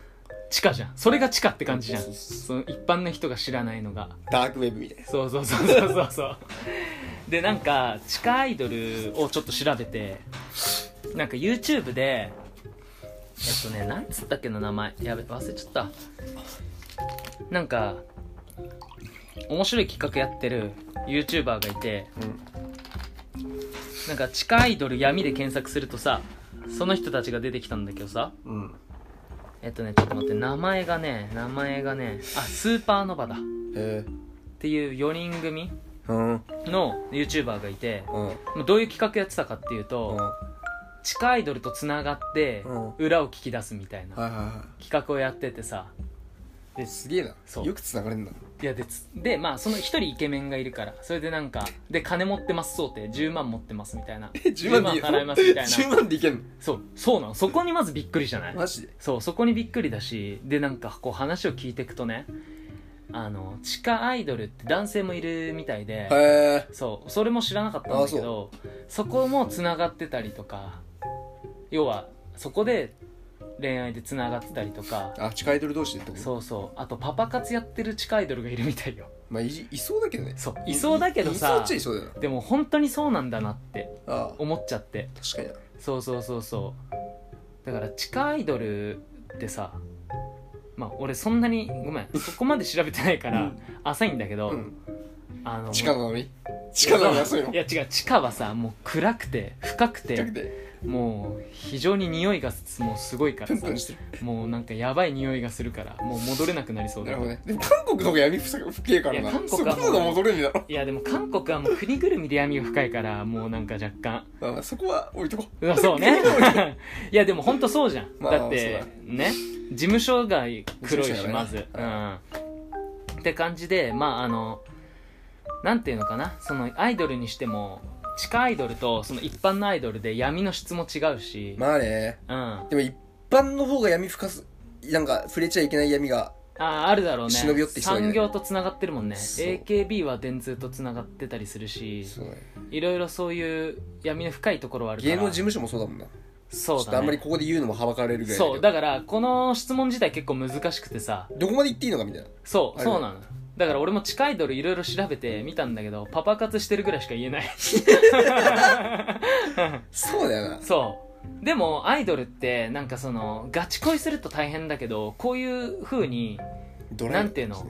Speaker 1: 地下じゃんそれが地下って感じじゃん
Speaker 2: そうそう
Speaker 1: その一般の人が知らないのが
Speaker 2: ダークウェブみたいな
Speaker 1: そうそうそうそうそうそうでなんか地下アイドルをちょっと調べてなんか YouTube でえっとねなんつったっけな名前やべ忘れちゃったなんか面白い企画やってる YouTuber がいてなんか地下アイドル闇で検索するとさその人たちが出てきたんだけどさ
Speaker 2: うん、うん、
Speaker 1: えっとねちょっと待って名前がね名前がねあスーパーノバだっ
Speaker 2: へえ
Speaker 1: ていう4人組
Speaker 2: うんうん
Speaker 1: の YouTuber がいて
Speaker 2: うん
Speaker 1: まあどういう企画やってたかっていうと、
Speaker 2: は
Speaker 1: 地下アイドルとつながって
Speaker 2: うん
Speaker 1: 裏を聞き出すみたい
Speaker 2: いは
Speaker 1: ない
Speaker 2: は
Speaker 1: 企画をやっててさで
Speaker 2: い
Speaker 1: す
Speaker 2: すげえな
Speaker 1: そう
Speaker 2: よく繋がれんない
Speaker 1: やでつでまあその一人イケメンがいるからそれでなんかで金持ってます想定10万持ってますみたいな
Speaker 2: 10万でいい
Speaker 1: 払いますみたい
Speaker 2: [laughs]
Speaker 1: な
Speaker 2: 10万でいけん
Speaker 1: そうそうなのそこにまずびっくりじゃない
Speaker 2: のマジで
Speaker 1: そうそこにびっくりだしでなんかこう話を聞いていくとねあの地下アイドルって男性もいるみたいで、
Speaker 2: へえ
Speaker 1: そうそれも知らなかったんだけどそこもつながってたりとか要はそこで恋愛でつながってたりとか
Speaker 2: あ地下アイドル同士でってこと
Speaker 1: そうそうあとパパ活やってる地下アイドルがいるみたいよ
Speaker 2: まあいいそうだけどね
Speaker 1: そういそうだけど
Speaker 2: いそう
Speaker 1: さ
Speaker 2: っちゃいそうだよ
Speaker 1: でも本当にそうなんだなって
Speaker 2: なああ
Speaker 1: 思っちゃって
Speaker 2: 確かにな
Speaker 1: そうそうそうそうだから地下アイドルってさまあ俺そんなにごめんそこまで調べてないか
Speaker 2: う
Speaker 1: ら
Speaker 2: ん
Speaker 1: 浅いんだけど、
Speaker 2: うん
Speaker 1: あの
Speaker 2: 地下の波地下の波はそういうの
Speaker 1: いや違う地下はさもう暗くて深く
Speaker 2: 近
Speaker 1: て
Speaker 2: くで
Speaker 1: もう非常に匂いがすもうすごいか
Speaker 2: プ
Speaker 1: ら
Speaker 2: ン
Speaker 1: さ
Speaker 2: プンしてる
Speaker 1: もうなんかやばい匂いがするからもう戻れなくなりそう
Speaker 2: な
Speaker 1: だ
Speaker 2: るほどねでも韓国の方が闇深く深えから
Speaker 1: いや韓
Speaker 2: な
Speaker 1: 国
Speaker 2: そこ
Speaker 1: はも
Speaker 2: の
Speaker 1: う
Speaker 2: 方が戻れるんだろ
Speaker 1: いやでも韓国はもう国ぐるみで闇が深いからもうなんか若干
Speaker 2: ああそこは置いとこう
Speaker 1: うわそうね [laughs] いやでも本当そうじゃん、
Speaker 2: まあ
Speaker 1: だって
Speaker 2: そう
Speaker 1: ね事務所が黒い
Speaker 2: 事務
Speaker 1: し、
Speaker 2: 所がね
Speaker 1: まずうんって感じでまああのなんていうのかなそのアイドルにしても地下アイドルとその一般のアイドルで闇の質も違うし、
Speaker 2: まあね
Speaker 1: うんあ
Speaker 2: でも一般の方が闇深すなんか触れちゃいけない闇が
Speaker 1: あるだろうね
Speaker 2: 忍び寄ってきそうだけど
Speaker 1: 産業とつながってるもんね
Speaker 2: そう
Speaker 1: AKB は電通とつながってたりするし
Speaker 2: そうだね
Speaker 1: いろいろそういう闇の深いところはあるから
Speaker 2: 芸能事務所もそうだもんな
Speaker 1: そ
Speaker 2: ちょ
Speaker 1: う
Speaker 2: っとあ
Speaker 1: だ
Speaker 2: んまり
Speaker 1: ね
Speaker 2: ここで言うのもはばかられるぐらい
Speaker 1: そう
Speaker 2: だ
Speaker 1: だからこの質問自体結構難しくてさ
Speaker 2: けどどこまで言っていいのかみたいな
Speaker 1: そう
Speaker 2: あれ
Speaker 1: そうなのだから俺も地下アイドルいろいろ調べてみたんだけどパパ活してるぐらいしか言えない
Speaker 2: [laughs] そうだよな
Speaker 1: そうでもアイドルってなんかそのガチ恋すると大変だけどこういう風に
Speaker 2: ド
Speaker 1: なんていうの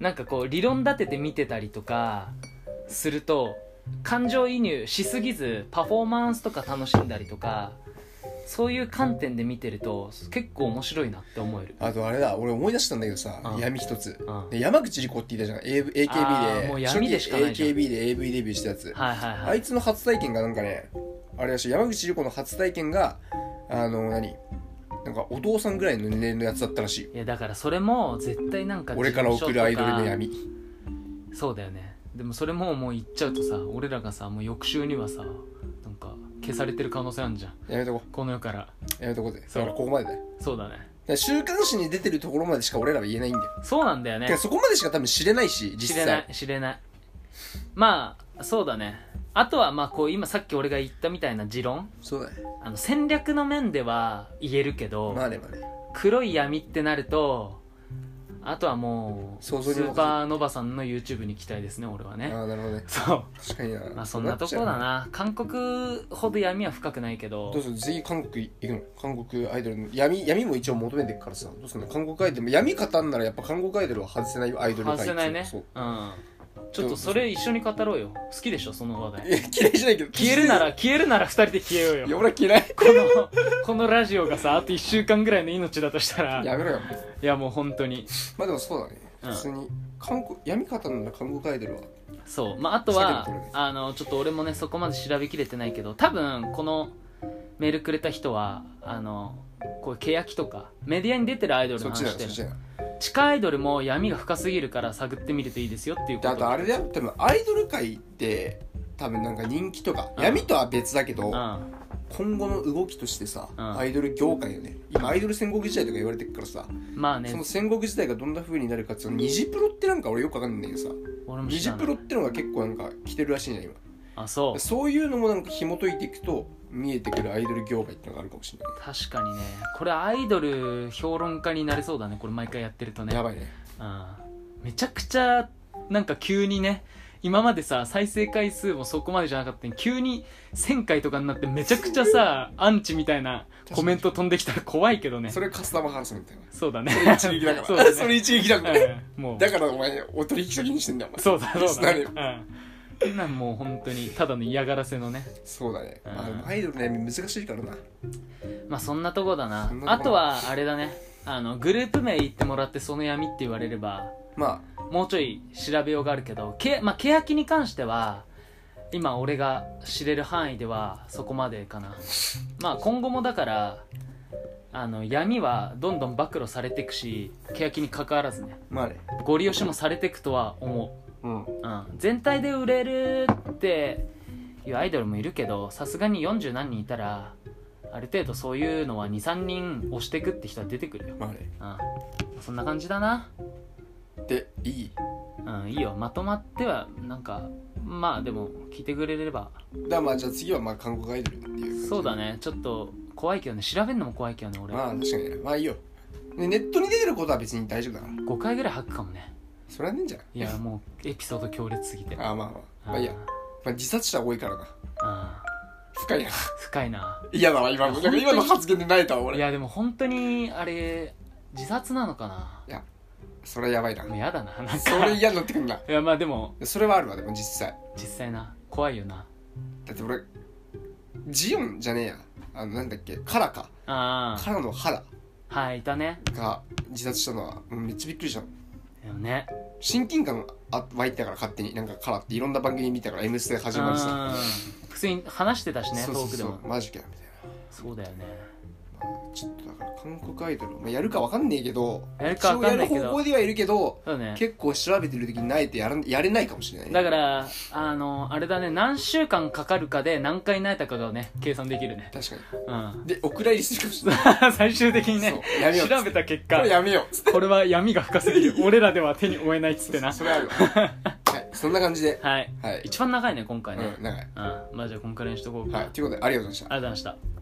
Speaker 1: なんかこう理論立てて見てたりとかすると感情移入しすぎずパフォーマンスとか楽しんだりとかそういう観点で見てると結構面白いなって思える、
Speaker 2: あとあれだ俺思い出したんだけどさ
Speaker 1: うん
Speaker 2: 闇一つ
Speaker 1: うん、はい
Speaker 2: で山口莉子って言ったじゃん A-
Speaker 1: あー
Speaker 2: AKB で
Speaker 1: もう
Speaker 2: 初
Speaker 1: 闇
Speaker 2: 期
Speaker 1: でしかないじゃん
Speaker 2: AKB で AV デビューしたや
Speaker 1: は
Speaker 2: つ
Speaker 1: いは
Speaker 2: あ
Speaker 1: い
Speaker 2: いつの初体験がなんかねあれだし山口莉子の初体験があの何なんかお父さんぐらいの年齢のやつだったらしいよ
Speaker 1: いやだからそれも絶対なんか
Speaker 2: 俺から送るアイドルの
Speaker 1: 闇
Speaker 2: 闇
Speaker 1: そうだよねでもそれももう言っちゃうとさ俺らがさもう翌週にはさなんか消されてる可能性あるじゃん
Speaker 2: やめとこ
Speaker 1: この世から
Speaker 2: やめとこでだ
Speaker 1: そう
Speaker 2: からここまでだよ
Speaker 1: そうだね
Speaker 2: だから週刊誌に出てるところまでしか俺らは言えないんだよ
Speaker 1: そうなんだよね
Speaker 2: てかそこまでしか多分知れないし
Speaker 1: 知
Speaker 2: 実
Speaker 1: れな
Speaker 2: 際
Speaker 1: い知れないまあそうだねあとはまあこう今さっき俺が言ったみたいな持論
Speaker 2: そうだね
Speaker 1: あの戦略の面では言えるけど、
Speaker 2: まあねまあね
Speaker 1: 黒い闇ってなるとあとはもうス
Speaker 2: 想像に任せる
Speaker 1: ーパーノバさんの YouTube に期待ですね俺はね
Speaker 2: ああなるほどね
Speaker 1: そ
Speaker 2: 確かにな
Speaker 1: うまあそんなとこだな韓国ほど闇は深くないけど
Speaker 2: どうする次韓国行くの韓国アイドルの闇闇も一応求めてるからさどうするの韓国アイドル闇語んならやっぱ韓国アイドルは外せないアイドルが
Speaker 1: 外せないね
Speaker 2: そう [laughs]
Speaker 1: うんちょっとそれ一緒に語ろうよ好きでしょその話
Speaker 2: い
Speaker 1: 題
Speaker 2: や嫌いじゃないけど
Speaker 1: 消えるなら消えるなら二人で消えようよ
Speaker 2: いや俺は嫌い
Speaker 1: この、このラジオがさ、あと1週間ぐらいの命だとしたら、い
Speaker 2: やめろよ
Speaker 1: やもう本当に。
Speaker 2: まあでもそうだね
Speaker 1: うん
Speaker 2: 普通に韓国闇語んなら韓国アイドルは
Speaker 1: そう。まあ、あと
Speaker 2: 避
Speaker 1: は
Speaker 2: けてくれる、
Speaker 1: あの、ちょっと俺もね、そこまで調べきれてないけど、多分、このメールくれた人は、あの、こういう、欅とか、メディアに出てるアイドル
Speaker 2: そ
Speaker 1: の
Speaker 2: っちだ
Speaker 1: 話
Speaker 2: よ
Speaker 1: し
Speaker 2: そっち
Speaker 1: て
Speaker 2: だ
Speaker 1: る。
Speaker 2: よ
Speaker 1: 地下アイドルも闇が深すぎるから探ってみるといいですよっていう
Speaker 2: で
Speaker 1: こ
Speaker 2: あと
Speaker 1: と。
Speaker 2: あれだよでもアイドル界って多分なんか人気とか
Speaker 1: うん
Speaker 2: 闇とは別だけど
Speaker 1: うん。
Speaker 2: 今後の動きとしてさ
Speaker 1: うん
Speaker 2: アイドル業界よね今アイドル戦国時代とか言われてるからさ
Speaker 1: まあ
Speaker 2: その
Speaker 1: ね、
Speaker 2: 戦国時代がどんな風になるかっていうの二次プロってなんか俺よくわかんないんだけどさ
Speaker 1: 俺も
Speaker 2: 二
Speaker 1: 知
Speaker 2: 次
Speaker 1: ら
Speaker 2: プ
Speaker 1: な
Speaker 2: ロ
Speaker 1: い
Speaker 2: っ。てのが結構なんか来てるらしいんだよ
Speaker 1: あ、そ
Speaker 2: 今
Speaker 1: う。
Speaker 2: そういうのもなんか紐解いていくと見えてくるアイドル業界ってのがあるかもしれない
Speaker 1: 確かにね、これアイドル評論家になれそうだね、これ毎回やってるとね。
Speaker 2: やばいね
Speaker 1: うんめちゃくちゃなんか急にね今までさ再生回数もそこまでじゃなかったのに急に1000回とかになってめちゃくちゃさアンチみたいなコメント飛んできたら怖いけどね
Speaker 2: それカスタマーハラスメント
Speaker 1: [laughs]
Speaker 2: だよ
Speaker 1: そうだね
Speaker 2: 一撃だか
Speaker 1: そう
Speaker 2: ら
Speaker 1: だ
Speaker 2: そ
Speaker 1: ね
Speaker 2: れ一撃だから
Speaker 1: うんもう
Speaker 2: だからお前お取引先にしてんだよお前
Speaker 1: そうだそうだね
Speaker 2: リ
Speaker 1: う
Speaker 2: ス
Speaker 1: んそんなんもう本当にただの嫌がらせのね
Speaker 2: そうだね、まあ
Speaker 1: うん
Speaker 2: でもアイドルね難しいからな
Speaker 1: まあそんなとこだな
Speaker 2: そんな
Speaker 1: あ
Speaker 2: とこ
Speaker 1: とはあれだねあのグループ名言ってもらってその闇って言われれば
Speaker 2: ま
Speaker 1: もうちょい調べようがあるけどけ、まあ、欅に関しては今俺が知れる範囲ではそこまでかなまあ今後もだからあの闇はどんどん暴露されていくし欅に関わらずね
Speaker 2: あまあね
Speaker 1: ゴリ押しもされていくとは思
Speaker 2: うん
Speaker 1: う、うん、全体で売れるっていうアイドルもいるけどさすがに40何人いたらある程度そういうのは23人押していくって人は出てくるよ、
Speaker 2: まあね
Speaker 1: うん、そんな感じだな
Speaker 2: でいい
Speaker 1: うん、いいよ。まとまっては、なんか、まあでも、聞いてくれれば。
Speaker 2: だからまあじゃあ次はまあ韓国アイドルっていう
Speaker 1: そうだね。ちょっと、怖いけどね。調べるのも怖いけどね、俺。
Speaker 2: まあ確かにねまあいいよでネットに出てることは別に大丈夫だから
Speaker 1: 5回ぐらい吐くかもね。
Speaker 2: それはねえんじゃない
Speaker 1: い
Speaker 2: [laughs]
Speaker 1: や、もう、エピソード強烈すぎて。
Speaker 2: ああまあまあまあいいや、まあ、自殺者多いからな
Speaker 1: あ
Speaker 2: 深いな
Speaker 1: ー深いな。
Speaker 2: 嫌だわ今のなんか今の発言で泣いたわ俺
Speaker 1: い
Speaker 2: いや
Speaker 1: や、でも本当に、あれ、自殺なのかな。
Speaker 2: それは
Speaker 1: [laughs]
Speaker 2: やばいな
Speaker 1: もうやだな。なんか。
Speaker 2: それ
Speaker 1: い
Speaker 2: 嫌になってくんな
Speaker 1: や、まあでも、
Speaker 2: それはあるわでも実際
Speaker 1: 実際な。怖いよな。
Speaker 2: だって俺ジオンじゃねえやあのなんだっけカラか
Speaker 1: あ
Speaker 2: カラのハラ
Speaker 1: あ。はい、いたね。
Speaker 2: が自殺したのはもうめっちゃびっくりしたの
Speaker 1: でもね。
Speaker 2: 親近感あ湧いてたから勝手になんかカラっていろんな番組見たから「M ステ」始まるさ
Speaker 1: うん。普通に話してたしね、
Speaker 2: そ
Speaker 1: ト
Speaker 2: うそう
Speaker 1: ークで
Speaker 2: そ
Speaker 1: も
Speaker 2: う。マジかよみたい
Speaker 1: そうだよね。
Speaker 2: な、まあ、ちょっとだから韓国アイドル、まあ、やるかわかんねえけど
Speaker 1: やるかわかんないけど
Speaker 2: 一応やる方向ではいるけど
Speaker 1: そうだね。
Speaker 2: 結構調べてる時にないってやらんやれないかもしれないね
Speaker 1: だから、あの、あれだね、何週間かかるかで何回泣いたかがね、計算できるね。
Speaker 2: 確か
Speaker 1: うん [laughs]
Speaker 2: に。でお蔵入りするかもしれない
Speaker 1: 最終的にね、
Speaker 2: そうやめよう
Speaker 1: 調べた結
Speaker 2: こ
Speaker 1: 果
Speaker 2: れ、やめようつって
Speaker 1: これは闇が深すぎる。俺らでは手に負えないっつってな。
Speaker 2: それあるわはいそんな感じ
Speaker 1: [laughs]
Speaker 2: で
Speaker 1: はい。
Speaker 2: はい、
Speaker 1: 一番長いね、今回ね。
Speaker 2: うん長い
Speaker 1: うん。まあじゃあ、こんくらいにしとこうか。
Speaker 2: はいということでありがとうございました
Speaker 1: ありがとうございました。